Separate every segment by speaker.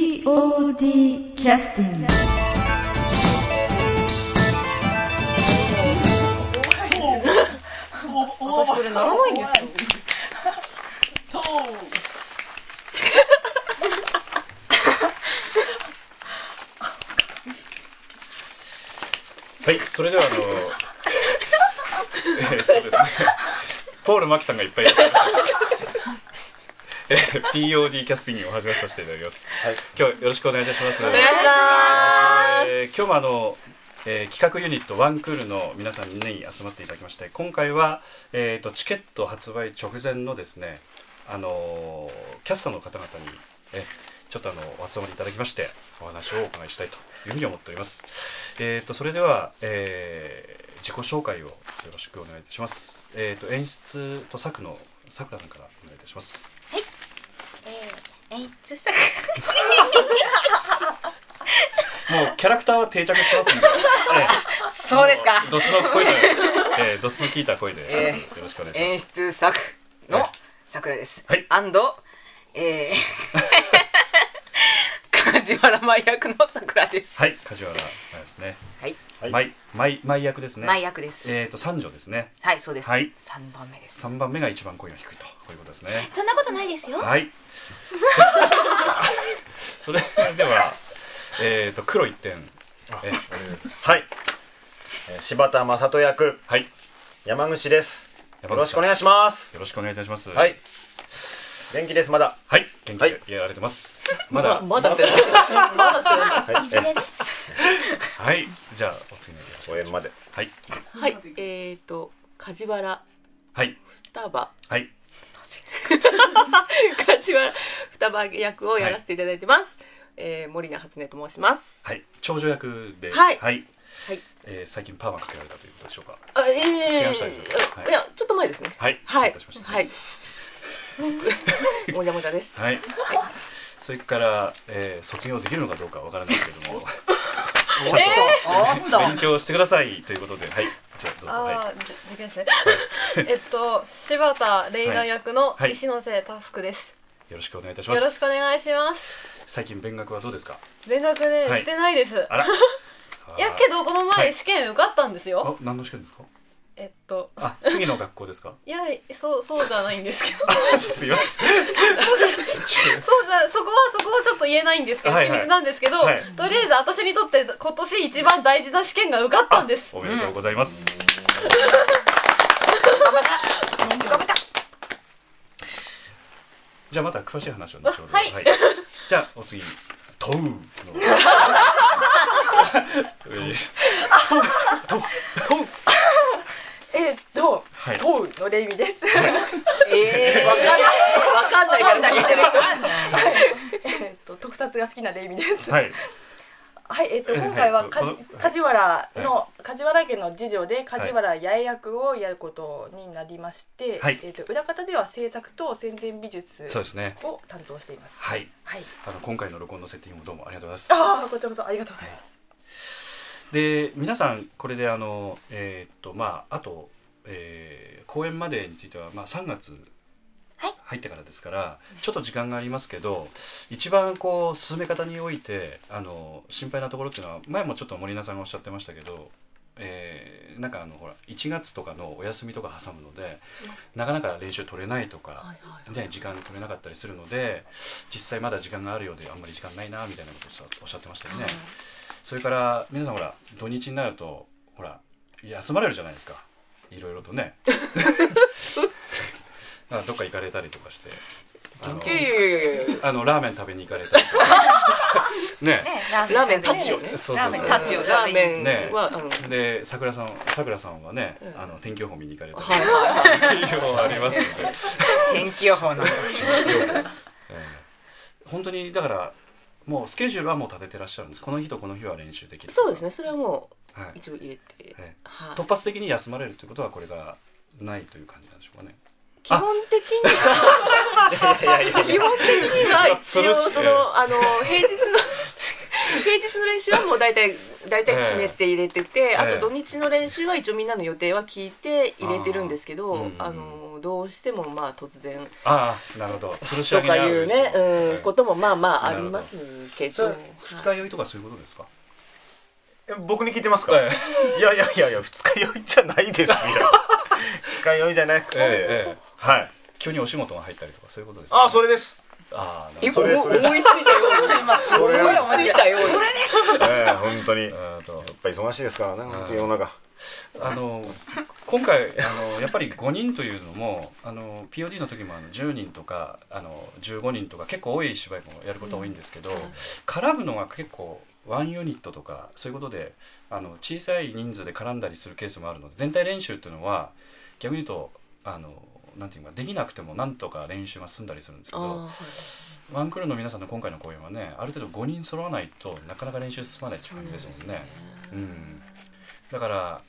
Speaker 1: POD キャスティング
Speaker 2: 私それならないんですよ。
Speaker 3: はい、それではあのえーっとですね、ポール真紀さんがいっぱいやってました。えー POD キャスティングを始めさせていただきます。今日よろしくお願いいたします。お願いします。えー今日もあの、えー企画ユニットワンクールの皆さんに集まっていただきまして、今回はえーっとチケット発売直前のですね、あのーキャスターの方々にえちょっとあのお集まりいただきましてお話をお伺いしたいというふうに思っております。えー、とそれでは、えー自己紹介をよろしくお願いいたします。えー、と演出と作のさくらさんからお願いいたします。
Speaker 4: 演出作
Speaker 3: もうキャラクターは定着してますんで、え
Speaker 2: そうですか
Speaker 3: え。ドスの 声で、えードスの効いた声で一つよろしくお願いしま
Speaker 2: 演
Speaker 3: す。
Speaker 2: 出作の
Speaker 3: はい
Speaker 2: 桜です。
Speaker 3: はい
Speaker 2: アンド、 えー、梶原舞役の桜です。
Speaker 3: はい、梶原舞ですね。
Speaker 2: はい。
Speaker 3: 舞、舞、舞役ですね。
Speaker 2: 舞役です。
Speaker 3: えー、と三女ですね。
Speaker 2: はい、そうです。
Speaker 3: はい
Speaker 2: 三番目です。
Speaker 3: 三番目が一番声が低いとこういうことですね。
Speaker 4: そんなことないですよ
Speaker 3: はい。 それでは、えっ、と、黒一点。え
Speaker 5: はい、えー柴田雅人役
Speaker 3: はい。よ
Speaker 5: 山口です
Speaker 3: 山口さん
Speaker 5: よろしくお願いします
Speaker 3: ろしくお願いいたします。
Speaker 5: はい。元気ですまだ
Speaker 3: はい。元
Speaker 5: はい
Speaker 3: 気でやられてます。まだ。
Speaker 2: まだってな
Speaker 5: はい、えー
Speaker 3: はい。じゃあ、お次のよろしくお
Speaker 5: 応
Speaker 3: 願い
Speaker 5: 援
Speaker 3: し
Speaker 5: ま
Speaker 3: ま。
Speaker 5: です
Speaker 3: はい。
Speaker 6: はい、えーと、梶原
Speaker 3: はい。
Speaker 6: 双葉、
Speaker 3: はい。
Speaker 6: 梶原双葉役をやらせていただいてます。えー、森名初音と申します。
Speaker 3: はい。長女役で。
Speaker 6: はいはい
Speaker 3: えー最近パーマかけられたということでしょうか。
Speaker 6: あ、え
Speaker 3: 違いましたでしょはい
Speaker 6: いや、ちょっと前ですね。
Speaker 3: はい
Speaker 6: は
Speaker 3: 失礼
Speaker 6: い。
Speaker 3: いたしました
Speaker 6: はい。もじゃもじゃです。
Speaker 3: はい。それから、えー卒業できるのかどうかわからないですけども。
Speaker 2: おっと。
Speaker 3: 勉強してくださいということで、はい。じゃあ、どうぞ。は
Speaker 7: あー、じ受験生 えっと柴田玲奈役の
Speaker 3: はい
Speaker 7: 石野瀬タスクです、
Speaker 3: い。よろしくお願いいたします。
Speaker 7: よろしくお願いします
Speaker 3: 最近、勉学はどうですか。
Speaker 7: 連絡ね、
Speaker 3: はい
Speaker 7: してないですや
Speaker 3: あら。
Speaker 7: けどこの
Speaker 3: は
Speaker 7: 前
Speaker 3: い
Speaker 7: 試験受かったんですよ、
Speaker 3: あ、何の試験ですか。
Speaker 7: えっと
Speaker 3: あ、次の学校ですか。
Speaker 7: いやそうそうじゃないんですけど
Speaker 3: すいません。
Speaker 7: そうじゃそこはそこはちょっと言えないんですけど、
Speaker 3: はいはい
Speaker 7: 秘密なんですけど、
Speaker 3: はい
Speaker 7: とりあえず私にとって今年一番大事な試験が受かったんです
Speaker 3: おめでとうございます。じゃあまた詳しい話を後ほど。はい。じゃあお次、トウの。
Speaker 6: えーと、
Speaker 3: はい。
Speaker 6: 問うのレイミです。
Speaker 2: えー、わ
Speaker 6: わかんないから聞いてる人。
Speaker 2: かんない。
Speaker 6: えっと、特撮が好きなレイミです。
Speaker 3: はい。
Speaker 6: はい、えっと、今回は、か
Speaker 3: はい
Speaker 6: じ梶原の、梶原家の次女で、梶原八重役をやることになりまして。
Speaker 3: はい
Speaker 6: えっと、裏方では制作と宣伝美術
Speaker 3: そうですね。
Speaker 6: を担当しています。
Speaker 3: はい。
Speaker 6: はい。
Speaker 3: あの今回の録音のセッティングもどうもありがとうございます。
Speaker 6: ああ、こちらこそ、ありがとうございます。
Speaker 3: で皆さんこれであのえーっとまああと、えー公演までについてはまあ3月入ってからですから、ちょっと時間がありますけど一番こう進め方においてあの心配なところっていうのは前もちょっと森菜さんがおっしゃってましたけど。えーなんかあのほら1月とかのお休みとか挟むのでなかなか練習取れないとか、ね、時間取れなかったりするので実際まだ時間があるようであんまり時間ないなみたいなことをおっしゃおっしゃってましたよね。それから皆さんほら土日になるとほら休まれるじゃないですかいろいろと ねなんかどっか行かれたりとかしてあのあのラーメン食べに行かれたり とかね
Speaker 2: ラ
Speaker 6: ラーメンタッチをね。
Speaker 3: そう
Speaker 2: ラ
Speaker 3: そう
Speaker 2: ーメン
Speaker 3: そ
Speaker 2: タ
Speaker 3: う
Speaker 2: ッチを
Speaker 6: ラーメ
Speaker 3: ね
Speaker 6: ンは、あの。
Speaker 3: で桜さん桜さんはね、あの天気予報見に行かれたりと
Speaker 6: はいはいはい。
Speaker 3: かいろいろありますので。
Speaker 2: 天気予報の。
Speaker 3: 本当にだからもうスケジュールはもう立ててらっしゃるんですこの日とこの日は練習できる
Speaker 6: そうですね、それはも
Speaker 3: は
Speaker 6: う
Speaker 3: い
Speaker 6: 一応入れて
Speaker 3: ええ。
Speaker 6: はい。
Speaker 3: 突発的に休まれるということはこれがないという感じなんでしょうかね
Speaker 6: 基本的には基本的には一応そのあの平日の 平日の練習はもう大体大体決めて入れてて、
Speaker 3: ええ
Speaker 6: あと土日の練習は一応みんなの予定は聞いて入れてるんですけど、
Speaker 3: あーうん
Speaker 6: あのどうしてもまあ突然
Speaker 3: ああなるほど吊るし
Speaker 6: と
Speaker 3: 上げに
Speaker 6: か
Speaker 3: あ
Speaker 6: い
Speaker 3: る
Speaker 6: うん
Speaker 3: です
Speaker 6: ね、うん
Speaker 3: はい
Speaker 6: こともまあまあありますけ
Speaker 3: そ
Speaker 6: ど
Speaker 3: れは二日酔いとかそういうことですか
Speaker 5: え僕に聞いてますか、
Speaker 3: はい
Speaker 5: い、やいやいやいや二日酔いじゃないで すよ二日酔いじゃなくて、
Speaker 3: ええええ
Speaker 5: はい
Speaker 3: 急にお仕事が入ったりとかそういうことですか
Speaker 5: あそれです、
Speaker 3: ああな
Speaker 2: え
Speaker 3: る
Speaker 5: そ
Speaker 2: 思
Speaker 5: れ
Speaker 2: い
Speaker 5: それ
Speaker 2: 思いついたような今すごい思いついたような
Speaker 5: ええ本当にやっ
Speaker 3: ほど
Speaker 5: ぱ忙しいですからね本当に世の中
Speaker 3: あの今回あのやっぱり5人というのもあの POD の時もあの10人とかあの15人とか結構多い芝居もやること多いんですけど、絡むのが結構ワンユニットとかそういうことであの小さい人数で絡んだりするケースもあるので全体練習っていうのは逆に言うとあのなんていうかできなくてもなんとか練習が済んだりするんですけ
Speaker 6: あー
Speaker 3: ど
Speaker 6: はい
Speaker 3: ワンクールの皆さんの今回の公演はねある程度5人揃わないとなかなか練習進まないっていう感じですもんね。うん、だから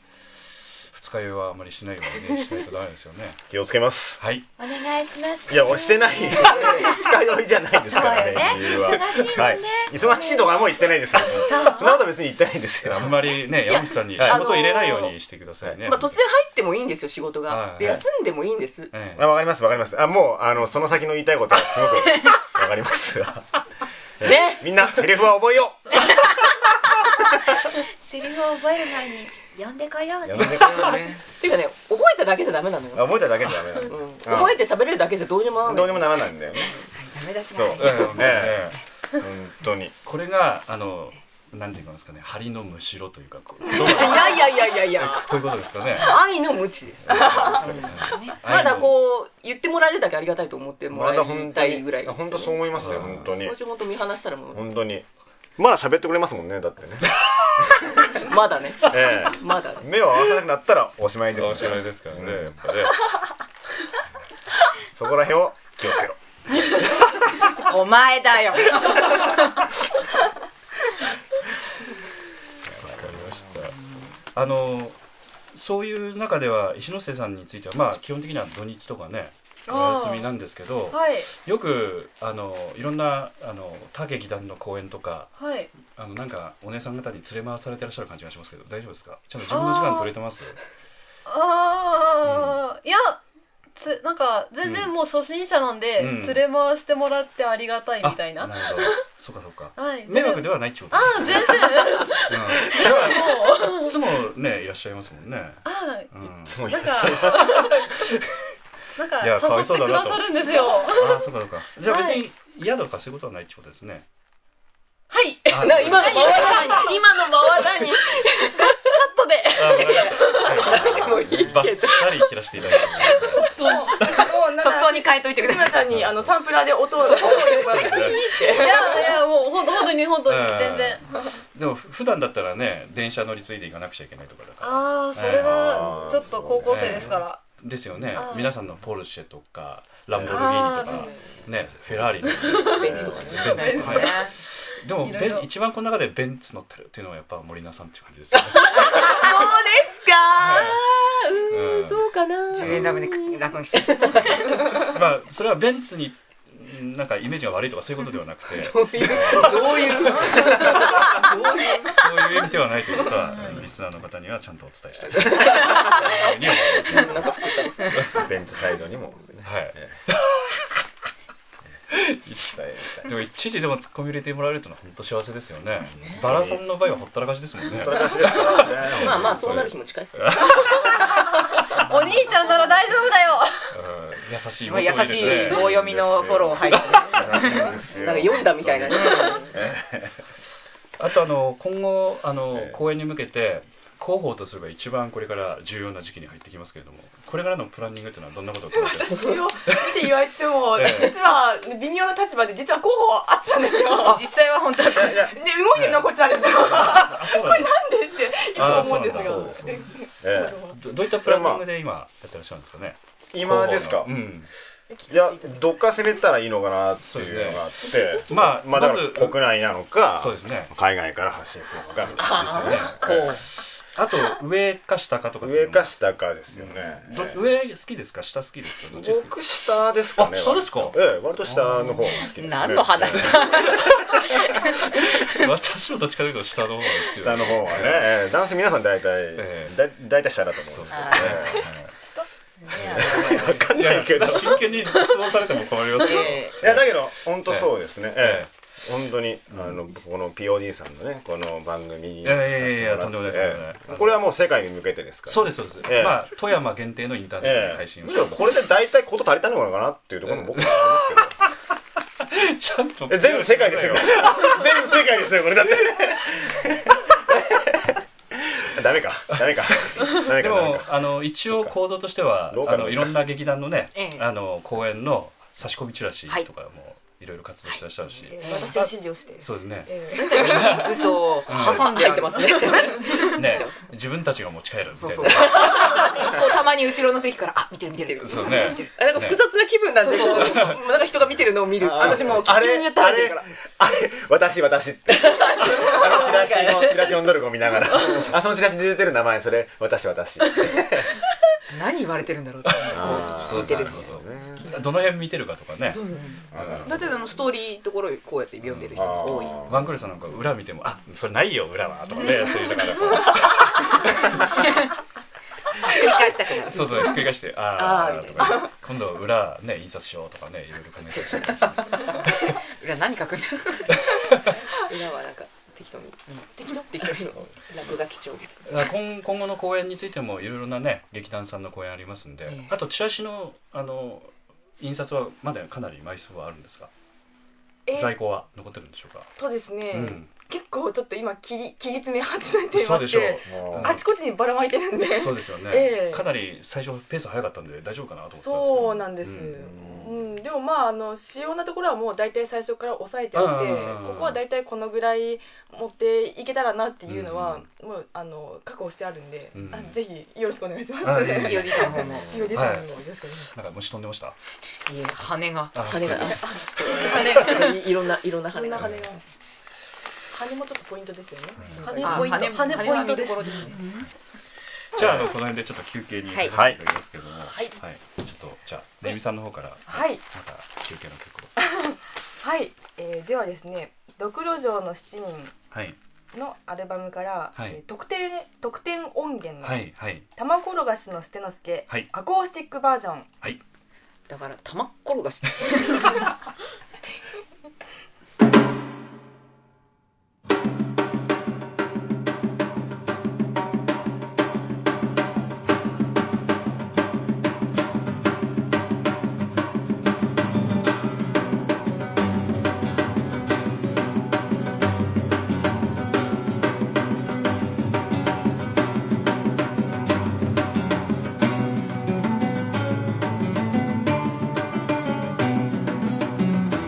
Speaker 3: 二日酔いはあまりしないようにねしないとダメですよね。
Speaker 5: 気をつけます
Speaker 3: はい。
Speaker 4: お願いします
Speaker 5: いや押してない二日酔いじゃないですからね
Speaker 4: そうよね
Speaker 5: 理由は
Speaker 4: 忙しいもんね
Speaker 5: はい、忙しいとかあんま言ってないですよそんなこと別に言ってないんですよ
Speaker 3: あんまりね山口さんに仕事を入れないようにしてくださいね。
Speaker 6: まあ、突然入ってもいいんですよ仕事が、
Speaker 3: はい
Speaker 6: で
Speaker 3: はい
Speaker 6: 休んでもいいんです、
Speaker 3: ええ
Speaker 5: あわかりますわかりますあもうあのその先の言いたいことはすごくわかります
Speaker 6: ね
Speaker 5: みんなセリフは覚えよう
Speaker 4: セリフを覚える前に呼んでこよう
Speaker 5: やめてくれよね
Speaker 6: っていうかね覚えただけじゃダメなの
Speaker 5: あ
Speaker 6: よ、
Speaker 5: 覚えただけじゃダメなんだ、
Speaker 6: うん、覚えて喋れるだけじゃどうにもなら
Speaker 5: あ
Speaker 6: な
Speaker 5: ど
Speaker 6: いう
Speaker 5: にもならないんだよね
Speaker 2: ダメ出し
Speaker 5: そう
Speaker 2: が
Speaker 5: ね
Speaker 3: ええええ
Speaker 5: 本当に
Speaker 3: これがあのなんていうんですかね針のむしろというかこうどうこ
Speaker 6: いやいやいやいやいや
Speaker 3: ういうことですかね。
Speaker 6: 愛の無知ですまだこう言ってもらえるだけありがたいと思っても
Speaker 5: ま
Speaker 6: ら
Speaker 5: だ
Speaker 6: い
Speaker 5: 本
Speaker 6: た
Speaker 5: 当
Speaker 6: い
Speaker 5: に
Speaker 6: ぐらいです、ね、
Speaker 5: 本当そう思いますよ本当に
Speaker 6: そう仕事見放したらもう
Speaker 5: 本当にまだ喋ってくれますもんねだってね
Speaker 6: まだね
Speaker 5: え
Speaker 6: まだね
Speaker 5: え目を合わせなくなったらおしまいです
Speaker 3: 面
Speaker 5: もんね
Speaker 3: 白いですからね。やっぱね
Speaker 5: そこら辺を気をつけろ
Speaker 2: お前だよ
Speaker 3: わかりました。あのそういう中では石ノ瀬さんについてはまあ基本的には土日とかねお休みなんですけど。
Speaker 7: はい
Speaker 3: よくあのいろんなあの他劇団の公演とか
Speaker 7: はい
Speaker 3: あのなんかお姉さん方に連れ回されてらっしゃる感じがしますけど大丈夫ですかちゃんと自分の時間取れてます
Speaker 7: ああ、いやつなんか全然もう初心者なんで、
Speaker 3: うん
Speaker 7: 連れ回してもらってありがたいみたいな、
Speaker 3: あなるほどそうかそうか
Speaker 7: はい
Speaker 3: 迷惑ではないってこと
Speaker 7: ああ全然
Speaker 3: うんでもいつもねいらっしゃいますもんね、
Speaker 7: あ
Speaker 3: うん、あ
Speaker 5: いつも
Speaker 7: あ
Speaker 5: 言
Speaker 7: なん
Speaker 5: う
Speaker 7: かなんか
Speaker 3: いやかわ
Speaker 7: 誘
Speaker 3: い
Speaker 7: って
Speaker 3: そうだ
Speaker 7: く
Speaker 3: な
Speaker 7: だ
Speaker 3: と
Speaker 7: さるんですよ
Speaker 3: あそうかそうかじゃあ別に嫌とかそういうことはないってことですね
Speaker 7: はい
Speaker 3: あ
Speaker 6: な今の間は何今の間は何
Speaker 7: カットで
Speaker 3: あわかりました
Speaker 6: もういいけど
Speaker 3: バッサリ切らせていただきます
Speaker 2: 即答に変えといてくだ
Speaker 6: 志
Speaker 2: さい
Speaker 6: 村さんにあのサンプラーで音を音を入れてもらって
Speaker 7: いやいやもう本当本当に本当に
Speaker 3: うん
Speaker 7: 全然
Speaker 3: でもふ普段だったらね電車乗り継いで行かなくちゃいけないとかだから
Speaker 7: ああそれはちょっと高校生ですから、
Speaker 3: ですよね
Speaker 7: あー
Speaker 3: 皆さんのポルシェとかランボルギーニとかねフェラーリとか
Speaker 6: ベンツとかね
Speaker 3: ベンツとかねでも
Speaker 7: いろいろ
Speaker 3: ベン一番この中でベンツ乗ってるっていうのはやっぱ森菜さんっていう感じですよね
Speaker 6: そうですか
Speaker 3: いう
Speaker 6: ー
Speaker 3: うんん
Speaker 6: そうかな
Speaker 2: 10円玉で落書きしてる
Speaker 3: まあそれはベンツにんなんかイメージが悪いとかそういうことではなくてそう
Speaker 6: どう
Speaker 3: い
Speaker 6: いう
Speaker 3: う意味ではないということはうんリスナーの方にはちゃんとお伝えしたいというふうに思います
Speaker 6: なんか複雑ですね
Speaker 5: ベンツサイドにもね
Speaker 3: はい
Speaker 5: 伝えた い
Speaker 3: でも一時でもツッコミ入れてもらえるというのは本当幸せですよねバラさんの場合はほったらかしですもんね
Speaker 5: 本当に私ですからね
Speaker 6: まあまあそうなる日も近いですよ
Speaker 7: お兄ちゃんなら大丈夫だよ
Speaker 3: うん優しい
Speaker 2: す
Speaker 3: こ
Speaker 2: ご
Speaker 3: と
Speaker 2: い
Speaker 3: で
Speaker 2: 優
Speaker 3: す
Speaker 2: しい
Speaker 3: ね
Speaker 2: 棒読みのフォロー入ってる
Speaker 5: なんですよ
Speaker 6: なんか読んだみたいなね
Speaker 3: あとあの今後あの、公演に向けて広報とすれば一番これから重要な時期に入ってきますけれどもこれからのプランニングというのはどんなことを考えて ます
Speaker 6: それを見て言われても
Speaker 3: ええ
Speaker 6: 実は微妙な立場で実は候補あっちゃうんですよ
Speaker 2: 実際は本当はこっち
Speaker 6: で動いてるのはこっちなんですよ。なん
Speaker 3: あそうなんだ
Speaker 6: でっていつも思うんです
Speaker 3: あーそうな
Speaker 6: よ
Speaker 3: んだ
Speaker 6: で
Speaker 5: え
Speaker 3: どどういったプランニングで今やってらっしゃるんですかね
Speaker 5: え今ですか
Speaker 3: うん
Speaker 5: いやどっか攻めたらいいのかなっていうのがあって
Speaker 3: まあ
Speaker 5: まあだ
Speaker 3: ま
Speaker 5: か
Speaker 3: ず
Speaker 5: ら国内なのか
Speaker 3: そうですね
Speaker 5: 海外から発信するのかみたい
Speaker 3: ですよね
Speaker 5: な
Speaker 3: あと上か下かとかってい
Speaker 5: 上
Speaker 3: うのも
Speaker 5: か下かですよね
Speaker 3: ど上好きですか下好きですかどっちですか
Speaker 5: 僕下ですか
Speaker 3: あ
Speaker 5: ね
Speaker 3: 下ですか
Speaker 5: ええ割と下の方が好きですね
Speaker 2: 何の話だ
Speaker 3: 私もどっちかというと下の方が好き
Speaker 5: 下
Speaker 3: だ
Speaker 5: の方はね、ええ男性皆さん大体、
Speaker 3: ええ
Speaker 5: だ大体下だと思うんですけどね、
Speaker 3: はい
Speaker 5: わかんないけど。い
Speaker 3: 真剣に質問されても困りますけど、
Speaker 2: え
Speaker 5: やだけど本当そうですね。
Speaker 3: え
Speaker 5: ええ本当にあのこの POD さんのねこの番組に
Speaker 3: いやいやいやとんでもないとんでもない
Speaker 5: ええこれはもう世界に向けてですから。
Speaker 3: そうですそうです、
Speaker 5: ええ
Speaker 3: まあ富山限定のインターネット
Speaker 5: え
Speaker 3: で配
Speaker 5: え
Speaker 3: 信を
Speaker 5: む
Speaker 3: し
Speaker 5: してろ
Speaker 3: ます
Speaker 5: これで大体こと足りたのかなっていうところも僕はありますけど。
Speaker 3: ちゃんと
Speaker 5: え全世界ですよ。全世界ですよ、これだって。 ダメか、ダメか。ダメ
Speaker 3: で
Speaker 5: か、ダメ
Speaker 3: も
Speaker 5: か。
Speaker 3: あの一応行動としては
Speaker 5: ローカ
Speaker 3: あ
Speaker 5: ル
Speaker 3: のいろんな劇団のね、
Speaker 2: ええ
Speaker 3: あの公演の差し込みチラシとかもいろいろ活動してらっしゃるし、
Speaker 6: えー私の指示をして。
Speaker 3: そうですね
Speaker 2: え見に行くと挟んである
Speaker 6: 入ってますね。
Speaker 3: ね自分たちが持ち帰るみたいな
Speaker 2: そうそうこうたまに後ろの席からあ見てる見てる
Speaker 3: そうね
Speaker 6: あれなんか複雑な気分なんで、
Speaker 2: ねそうそうそう
Speaker 6: もうなんか人が見てるのを見る。
Speaker 5: あ
Speaker 2: 私もう
Speaker 5: あ
Speaker 2: 聞き
Speaker 5: れ、
Speaker 2: 耳
Speaker 5: あ
Speaker 2: 立
Speaker 5: れ
Speaker 2: てるから、
Speaker 5: あれ、私、私って。あのチラシの、チラシ読んどる子見ながら。あ、そのチラシに出てる名前、それ、私、 私。
Speaker 2: 何言われてるんだろうって
Speaker 5: あー
Speaker 3: そう
Speaker 2: 聞いてる
Speaker 3: そうそう
Speaker 5: ね
Speaker 3: どの辺見てるかとかね
Speaker 2: だってあのストーリーところをこうやって読んでる人が多い
Speaker 5: あ
Speaker 3: ワンクールさんなんか裏見ても「あそれないよ裏は」とか ねそういうだからこ
Speaker 2: 繰り返したくな
Speaker 3: う
Speaker 2: る
Speaker 3: そうそうひっくり返して「ああ」
Speaker 6: あー
Speaker 3: とかね今度は裏ね印刷しようとかねいろいろ考えてる
Speaker 2: 裏何書くんだろう
Speaker 6: 裏はなんか適当に、適当適当に落書き帳。
Speaker 3: だから 今今後の公演についてもいろいろなね劇団さんの公演ありますんで、
Speaker 2: ええ
Speaker 3: あとチラシのあの印刷はまだかなり枚数はあるんですか
Speaker 6: え
Speaker 3: 在庫は残ってるんでしょうか、
Speaker 6: とですね、
Speaker 3: うん
Speaker 6: 結構ちょっと今切り切り詰め始めてい
Speaker 3: そう
Speaker 6: ま
Speaker 3: で
Speaker 6: し
Speaker 3: しょ
Speaker 6: て、
Speaker 5: ー
Speaker 3: う
Speaker 6: あちこちにばらまいてるんで。
Speaker 3: そうですよね、
Speaker 6: ええ
Speaker 3: かなり最初ペース早かったんで大丈夫かなと思ってたんですけど
Speaker 6: そうなんです、うんでもまああの主要なところはもう大体最初から抑えておいて
Speaker 3: うん
Speaker 6: ここは大体このぐらい持っていけたらなっていうのは、もうあの確保してあるんで、
Speaker 3: うん
Speaker 6: あぜひ よろしくお願いします。
Speaker 3: あいえいえ
Speaker 2: よりさんの方も
Speaker 6: ピオディさんにもよろしくお願いします。
Speaker 3: なんか虫飛んでました
Speaker 2: いえ羽が
Speaker 3: あ
Speaker 1: 羽が
Speaker 3: そうです
Speaker 1: いろんないろんな
Speaker 6: こん
Speaker 1: 羽
Speaker 6: な
Speaker 1: が
Speaker 6: 羽が羽もちょっとポイントですよね。
Speaker 7: 羽ポイント羽
Speaker 2: あ
Speaker 7: ポイント
Speaker 2: 羽は見ど
Speaker 7: で
Speaker 2: ころ
Speaker 7: す
Speaker 2: ですね
Speaker 3: じゃああのこの辺でちょっと休憩に入っていただきますけどもはい、ちょっとじゃあレミさんの方から
Speaker 6: はい
Speaker 3: また休憩の曲を
Speaker 6: はい、えーではですね「ドクロ城の七人
Speaker 3: はい」
Speaker 6: のアルバムから、
Speaker 3: はい
Speaker 6: えー特典特典音源の、
Speaker 3: はいはい
Speaker 6: 玉転がしの捨之助、
Speaker 3: はい
Speaker 6: アコースティックバージョン
Speaker 3: はい
Speaker 2: だから玉っ転がし
Speaker 8: 「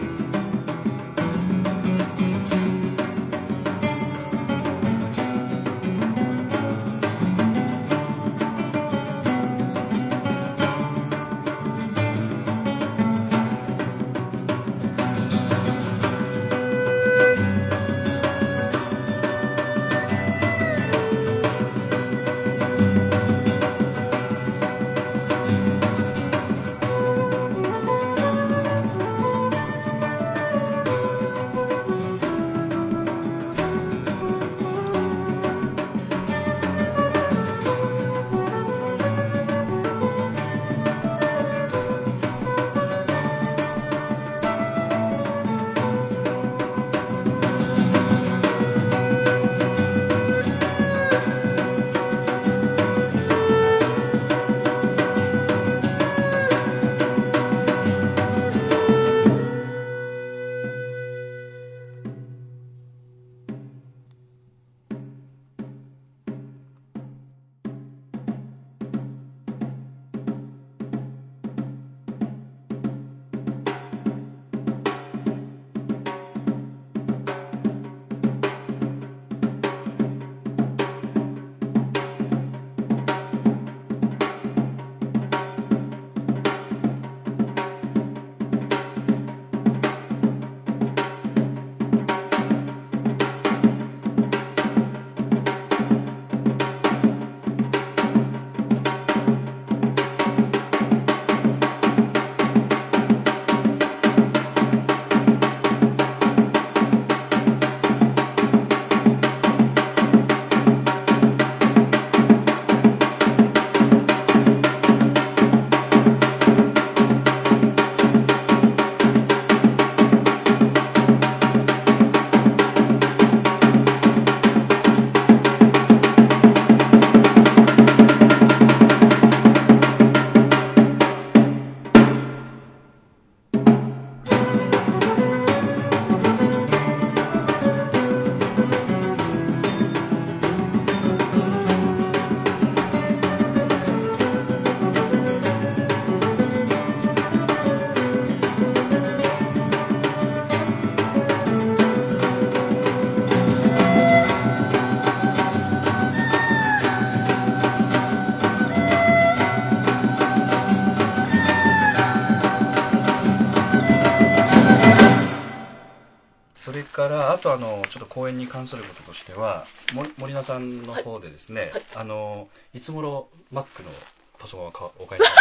Speaker 3: からあとあのちょっと公演に関することとしてはも森菜さんの方でですね、い、あのいつ頃 Mac のパソコンをかお買いになっ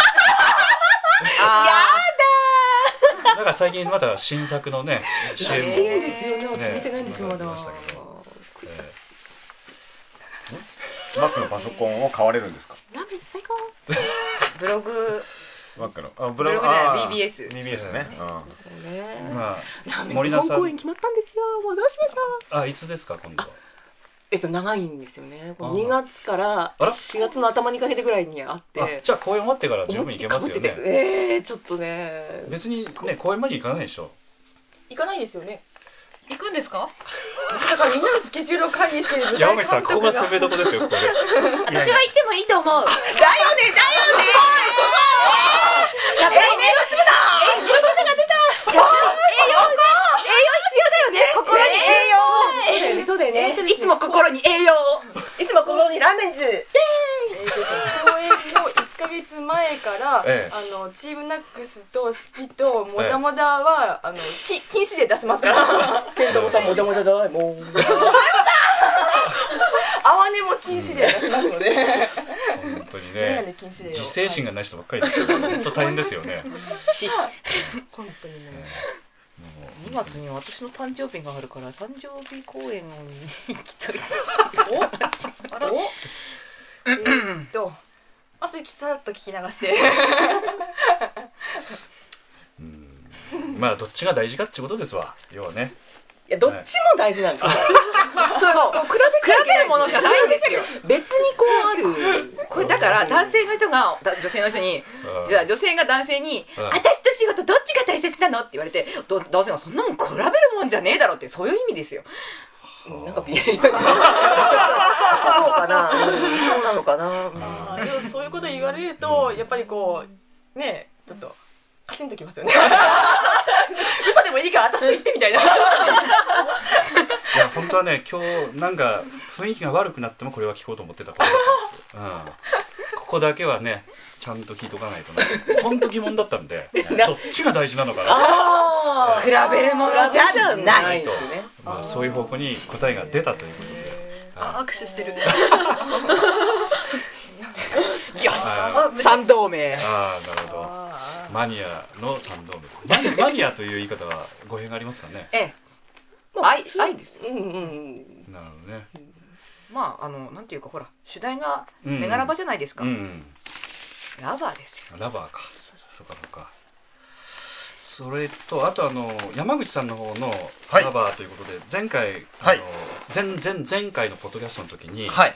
Speaker 3: たなんか最近まだ新作のね CM
Speaker 2: ら
Speaker 3: を
Speaker 2: しいんですよね私
Speaker 3: ね
Speaker 2: 見てないんですよまだ
Speaker 3: まだ見ましたけどえー
Speaker 5: マックのパソコンを買われるんですか
Speaker 6: ラーメン最高
Speaker 2: ブログ
Speaker 5: マックのあブ
Speaker 2: ブログじゃない
Speaker 5: あー
Speaker 2: BBS
Speaker 5: BBS ね、
Speaker 2: ね
Speaker 3: まあ森菜
Speaker 6: 本
Speaker 3: さ
Speaker 6: 公演
Speaker 3: ん
Speaker 6: 決まったんですよもうどうしましょう
Speaker 3: あいつですか今度は
Speaker 2: えっと長いんですよねこ
Speaker 3: あ
Speaker 2: の
Speaker 3: ー
Speaker 2: 2月から
Speaker 3: あら
Speaker 2: 4月の頭にかけてぐらいにあって
Speaker 3: あじゃあ公演終わってから十分行けますよ
Speaker 2: 思いっきり被っ
Speaker 3: ね
Speaker 2: ててえー、ちょっとね
Speaker 3: 別にね公演まで行かないでしょ
Speaker 6: 行かないですよね
Speaker 7: 行くんですか
Speaker 6: だからみんなのスケジュールを管理している
Speaker 3: 山口さんここが攻めどこですよここで
Speaker 7: 私は行ってもいいと思うだよねだよねやっぱりね栄養必要だよね
Speaker 2: そうだよね
Speaker 7: 心にいつも心に栄養を
Speaker 2: いつもこのにラーメンズ
Speaker 6: 公演の1か月前から、
Speaker 3: ええ
Speaker 6: あのチームナックスとスキともじゃもじゃは、あのき禁止で出しますから
Speaker 2: ケントもさんもじゃもじゃじゃないもん
Speaker 6: 泡根も禁止で出しますので、
Speaker 3: 本当に
Speaker 6: メガネ
Speaker 3: ね
Speaker 6: 禁止で
Speaker 3: 自制心がない人ばっかりですけど本当大変ですよね
Speaker 2: し
Speaker 6: 本当にね
Speaker 2: 2月に私の誕生日があるから誕生日公演に行きたい
Speaker 6: えーっとあそれきつだと聞き流して
Speaker 3: まあどっちが大事かってことですわ要はね
Speaker 2: いやどっちも大事なんですよ そうそう比べ比べるものじゃないんです よ別にこうある
Speaker 3: これだから
Speaker 1: 男性の人がだ女性の人に
Speaker 3: うん
Speaker 1: じゃあ女性が男性に
Speaker 3: うん
Speaker 1: 「私と仕事どっちが大切なの?」って言われてど男性が「そんなもん比べるもんじゃねえだろ」ってそういう意味ですよ。
Speaker 3: うん
Speaker 2: なんか微妙そうかなうんそうなのかなうん
Speaker 6: あーでもそういうこと言われるとやっぱりこうねえちょっとカチンときますよね 嘘でもいいから私と言ってみたいな
Speaker 3: いや本当はね今日なんか雰囲気が悪くなってもこれは聞こうと思ってたことだったんです、うん、ここだけはねちゃんと聞いとかないとね本当疑問だったんでどっちが大事なのかな
Speaker 2: あ
Speaker 1: 比べるものじゃない。
Speaker 2: いですね
Speaker 3: まあ、そういう方向に答えが出たということで
Speaker 7: あ握手してるね
Speaker 2: よ
Speaker 3: あ
Speaker 2: し三同盟
Speaker 3: ああなるほどマニアの三道目ママニアという言い方は語弊がありますかね
Speaker 1: ええ愛愛ですよ
Speaker 2: うんうん
Speaker 3: なるほどね
Speaker 1: まああのなんていうかほら主題が
Speaker 3: うん
Speaker 1: メガラバじゃないですか、
Speaker 3: うん
Speaker 1: ラバーですよ
Speaker 3: ラバーかそうかそうかそれとあとあの山口さんの方の
Speaker 5: はい
Speaker 3: ラバーということで、前回あ
Speaker 5: はい
Speaker 3: の前前前回のポッドキャストの時に、
Speaker 5: うんはい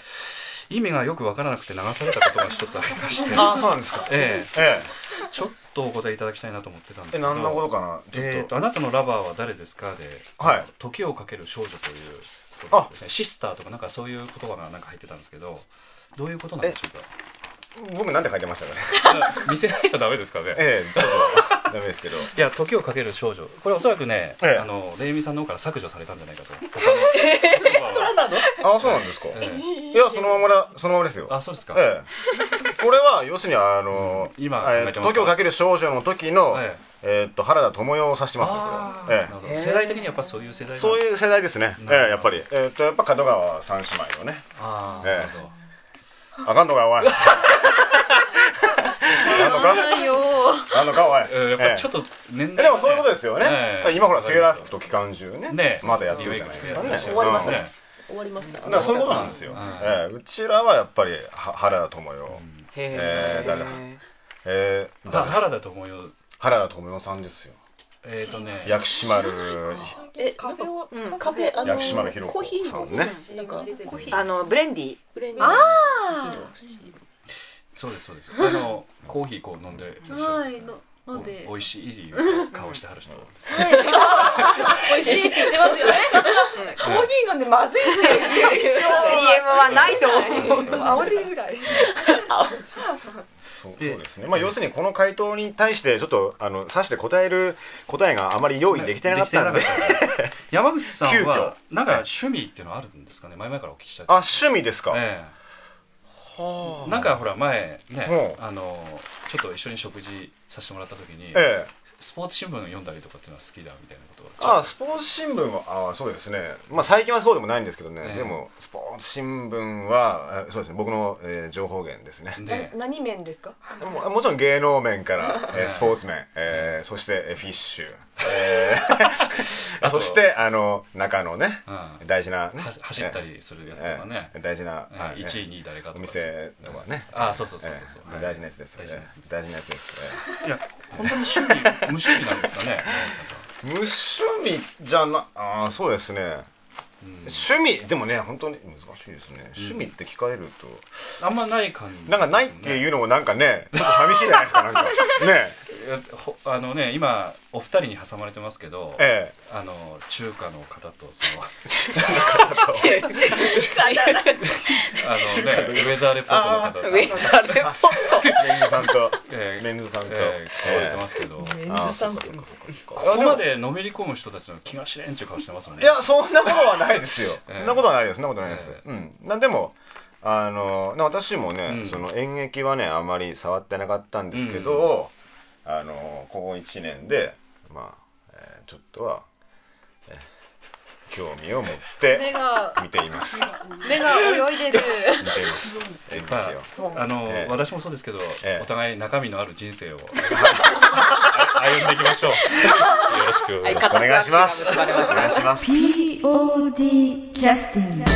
Speaker 3: 意味がよくわからなくて流されたことが一つありまして
Speaker 5: ああそうなんですか
Speaker 3: ええ
Speaker 5: え
Speaker 3: ちょっとお答えいただきたいなと思ってたんですけ
Speaker 5: ええ
Speaker 3: ど
Speaker 5: 何のことかなちょっと、
Speaker 3: えー、とあなたのラバーは誰ですかで、
Speaker 5: はい
Speaker 3: 時をかける少女ということですねシスターとかなんかそういう言葉がなんか入ってたんですけどどういうことなんでしょう
Speaker 5: 僕なんて書いてましたかね
Speaker 3: か見せないとダメですかね
Speaker 5: ええちょっとダメですけど
Speaker 3: いや時をかける少女これおそらくね、
Speaker 5: ええ
Speaker 3: あのレイミさんの方から削除されたんじゃないかと、
Speaker 5: ああそうなんですか、
Speaker 3: ええ
Speaker 5: いやそのままだそのままですよ
Speaker 3: あそうですか、
Speaker 5: ええ、これは要するにあの、
Speaker 3: 今考
Speaker 5: え
Speaker 3: え
Speaker 5: ー
Speaker 3: て
Speaker 5: と
Speaker 3: ますか
Speaker 5: 東京かける少女の時の、
Speaker 3: え
Speaker 5: えーと原田知世を指してますね
Speaker 3: あ
Speaker 5: こ
Speaker 3: ー
Speaker 5: れは、
Speaker 3: なる
Speaker 5: ええ
Speaker 3: ほど世代的にやっぱそういう世代なんだ
Speaker 5: そういう世代ですね、え
Speaker 3: ほ
Speaker 5: え
Speaker 3: ど
Speaker 5: やっぱり、えー、とやっぱ門川三姉妹のね
Speaker 3: ああ、
Speaker 5: ええ
Speaker 3: なるほど
Speaker 5: あかんのか おいあんのか
Speaker 7: ないよ
Speaker 5: あんのかおい、
Speaker 3: ええやっぱりちょっ
Speaker 5: え
Speaker 3: と年代がね、
Speaker 5: えでもそういうことですよね、
Speaker 3: ええ
Speaker 5: 今ほらセーラー服と機関銃ね
Speaker 3: ねえ
Speaker 5: まだやってるじゃないですかね
Speaker 3: リメイクしてやってらっしゃるね
Speaker 2: 終わりました
Speaker 5: うんだからそういうことなんですよ、ええうちらはやっぱりは原田知世、ええ誰だええ
Speaker 3: だ
Speaker 5: 誰
Speaker 3: 原田智代
Speaker 5: 原田知世さんですよ
Speaker 3: えっ、ー、とね
Speaker 5: 薬師丸
Speaker 2: え
Speaker 6: カフェを、
Speaker 2: うんカフェあの
Speaker 5: 薬師丸ひろ
Speaker 2: コーヒ
Speaker 5: 子
Speaker 2: ー
Speaker 5: さ
Speaker 2: の
Speaker 5: んね
Speaker 2: なんかコーヒー
Speaker 1: あのブレンディ
Speaker 2: ブレンドあ
Speaker 3: そうですそうですあのコーヒーこう飲んでらっしゃる
Speaker 7: はいの飲んで
Speaker 3: お美味しい顔してはる人ですね
Speaker 7: 美味しいって言ってますよね
Speaker 6: コーヒー飲んでまずいって いう
Speaker 1: CM はないと思う
Speaker 6: 青汁ぐらい
Speaker 5: そうそう
Speaker 3: で
Speaker 5: ですね、まあ、要するにこの回答に対してちょっとあのさして答える答えがあまり用意できてなかったんで
Speaker 3: きてなかったんで山口さんは
Speaker 5: 急
Speaker 3: なんか趣味っていうのはあるんですかね前々からお聞きしたい
Speaker 5: あ趣味ですか、
Speaker 3: え
Speaker 5: は
Speaker 3: え、なんかほら前ね
Speaker 5: ほう
Speaker 3: あのちょっと一緒に食事させてもらった時に
Speaker 5: ええ
Speaker 3: スポーツ新聞読んだりとかっていうのは好きだみたいなことは
Speaker 5: ああスポーツ新聞はああそうですねまあ最近はそうでもないんですけどね、
Speaker 3: ええ
Speaker 5: でもスポーツ新聞はあそうですね僕の、えー情報源ですね
Speaker 3: で
Speaker 6: な何面ですか
Speaker 5: ももちろん芸能面から、え
Speaker 3: え
Speaker 5: ースポーツ面、えーそしてえーフィッシュ、えー そしてあの中のね、
Speaker 3: うん
Speaker 5: 大事な、ね
Speaker 3: は走ったりするやつとかね
Speaker 5: えー大事な、
Speaker 3: えー
Speaker 5: はい
Speaker 3: 一位に誰かとか
Speaker 5: お店とかね、
Speaker 3: ああそうそうそうそうそう
Speaker 5: えー大事なやつです、
Speaker 3: 大事なやつです
Speaker 5: 大事なやつです、えー
Speaker 3: いや本当に趣味無趣味なんですかね
Speaker 5: 無趣味じゃなあーそうですね、趣味でもね本当に難しいですね、趣味って聞かれると
Speaker 3: あんまない感じ、
Speaker 5: なんかないって
Speaker 3: う
Speaker 5: いうのもなんかねちょっと寂しいじゃないですかなんか ね
Speaker 3: ほあのね今お二人に挟まれてますけど、
Speaker 5: ええ
Speaker 3: あの中華の方とそ のあの、ね、ウェザーレポートの方と
Speaker 1: ウェザーレポート
Speaker 5: メンズさんと
Speaker 3: えー
Speaker 5: メンズさんと、
Speaker 3: えー変われてますけど、
Speaker 5: あーそっかそっかそっか
Speaker 3: ここ
Speaker 5: いや
Speaker 3: ま
Speaker 5: で
Speaker 3: でのめり込む人たちの気が知れんっていう顔してますもん
Speaker 5: も
Speaker 3: ね
Speaker 5: いやそんなことはないですよ、
Speaker 3: ええ
Speaker 5: そんなことはないですそんなことないです、
Speaker 3: え
Speaker 5: うんなんでもあのな私もね、
Speaker 3: うん
Speaker 5: その演劇はねあまり触ってなかったんですけど、あのここ1年でまあ、えーちょっとは、えー興味を持って
Speaker 7: 目が
Speaker 5: 見ています
Speaker 7: 目が泳いでる
Speaker 5: 見てい ます演劇を
Speaker 3: まあ、あの、
Speaker 5: ええ
Speaker 3: 私もそうですけど、
Speaker 5: ええ
Speaker 3: お互い中身のある人 生を歩んでいきましょう。よろしくお願いします
Speaker 5: お願いしますお願いします
Speaker 8: POD キャスティング